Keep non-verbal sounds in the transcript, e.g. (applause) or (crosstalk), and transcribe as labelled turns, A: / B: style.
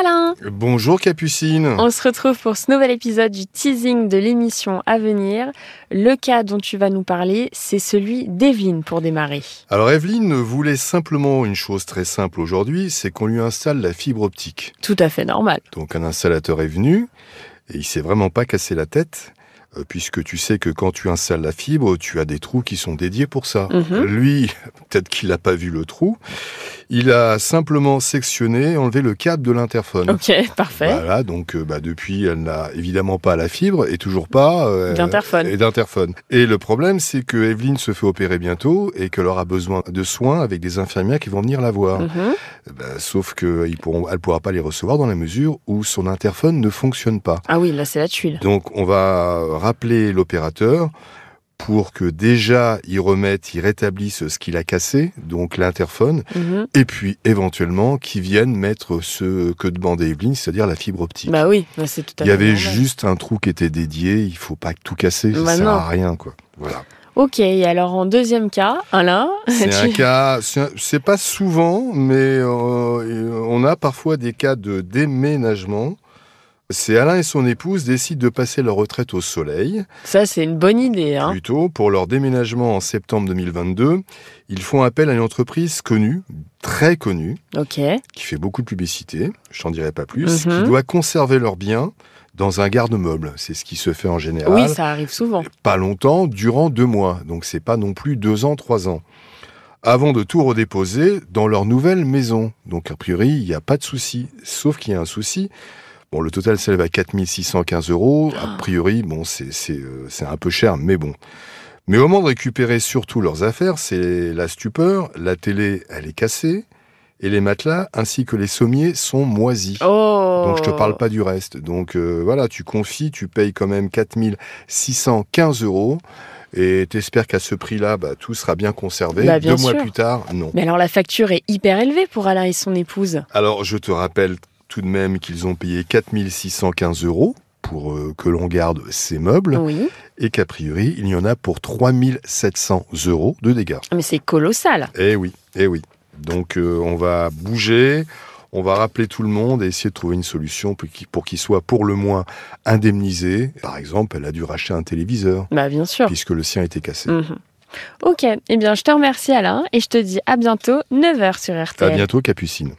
A: Alain
B: Bonjour Capucine
A: On se retrouve pour ce nouvel épisode du teasing de l'émission à venir. Le cas dont tu vas nous parler, c'est celui d'Evelyne pour démarrer.
B: Alors Evelyne voulait simplement une chose très simple aujourd'hui, c'est qu'on lui installe la fibre optique.
A: Tout à fait normal.
B: Donc un installateur est venu et il s'est vraiment pas cassé la tête euh, puisque tu sais que quand tu installes la fibre, tu as des trous qui sont dédiés pour ça.
A: Mhm.
B: Lui, (laughs) peut-être qu'il n'a pas vu le trou, il a simplement sectionné, enlevé le câble de l'interphone.
A: Ok, parfait.
B: Voilà, donc euh, bah, depuis, elle n'a évidemment pas la fibre et toujours pas euh,
A: D'interphone.
B: et d'interphone. Et le problème, c'est que Evelyne se fait opérer bientôt et qu'elle aura besoin de soins avec des infirmières qui vont venir la voir.
A: Mhm.
B: Bah, sauf que ils pourront, elle pourra pas les recevoir dans la mesure où son interphone ne fonctionne pas.
A: Ah oui, là c'est la tuile.
B: Donc on va rappeler l'opérateur pour que déjà il remette, il rétablisse ce qu'il a cassé, donc l'interphone,
A: Mhm.
B: et puis éventuellement qu'il vienne mettre ce que demandait Evelyne, c'est-à-dire la fibre optique.
A: Bah oui, là, c'est tout à
B: il y
A: fait
B: avait
A: normal.
B: juste un trou qui était dédié, il faut pas tout casser, ça
A: Bah
B: sert
A: non.
B: à rien quoi. Voilà.
A: Ok, et alors en deuxième cas, Alain,
B: C'est un
A: tu-
B: cas, c'est un- c'est pas souvent, mais euh, on a parfois des cas de déménagement. C'est Alain et son épouse décident de passer leur retraite au soleil.
A: ça c'est une bonne idée. Hein.
B: plutôt, pour leur déménagement en septembre 2022, ils font appel à une entreprise connue, très connue,
A: Ok,
B: qui fait beaucoup de publicité, je n'en dirai pas plus,
A: Mhm.
B: qui doit conserver leurs biens dans un garde-meuble. C'est ce qui se fait en général.
A: oui, ça arrive souvent.
B: Pas longtemps, durant deux mois. Donc c'est pas non plus deux ans, trois ans. Avant de tout redéposer dans leur nouvelle maison. Donc a priori, il n'y a pas de souci. Sauf qu'il y a un souci. Bon, le total s'élève à 4615 euros. A priori, bon, c'est c'est, euh, c'est un peu cher, mais bon. Mais au moment de récupérer surtout leurs affaires, c'est la stupeur. La télé, elle est cassée. Et les matelas, ainsi que les sommiers, sont moisis.
A: Oh
B: Donc je te parle pas du reste. Donc euh, voilà, tu confies, tu payes quand même 4615 euros et t'espères qu'à ce prix-là, bah, tout sera bien conservé.
A: Bah, bien
B: Deux mois
A: sûr.
B: plus tard, non.
A: Mais alors la facture est hyper élevée pour Alain et son épouse.
B: Alors je te rappelle tout de même qu'ils ont payé 4615 euros pour euh, que l'on garde ces meubles
A: Oui,
B: et qu'a priori, il y en a pour 3700 euros de dégâts.
A: mais c'est colossal.
B: Eh oui, eh oui. Donc euh, on va bouger, on va rappeler tout le monde et essayer de trouver une solution pour qu'il- pour qu'il soit pour le moins indemnisé. Par exemple, elle a dû racheter un téléviseur
A: Bah bien sûr.
B: puisque le sien était cassé.
A: Mhm. Ok, eh bien je te remercie Alain et je te dis à bientôt 9h sur RTL.
B: À bientôt, Capucine.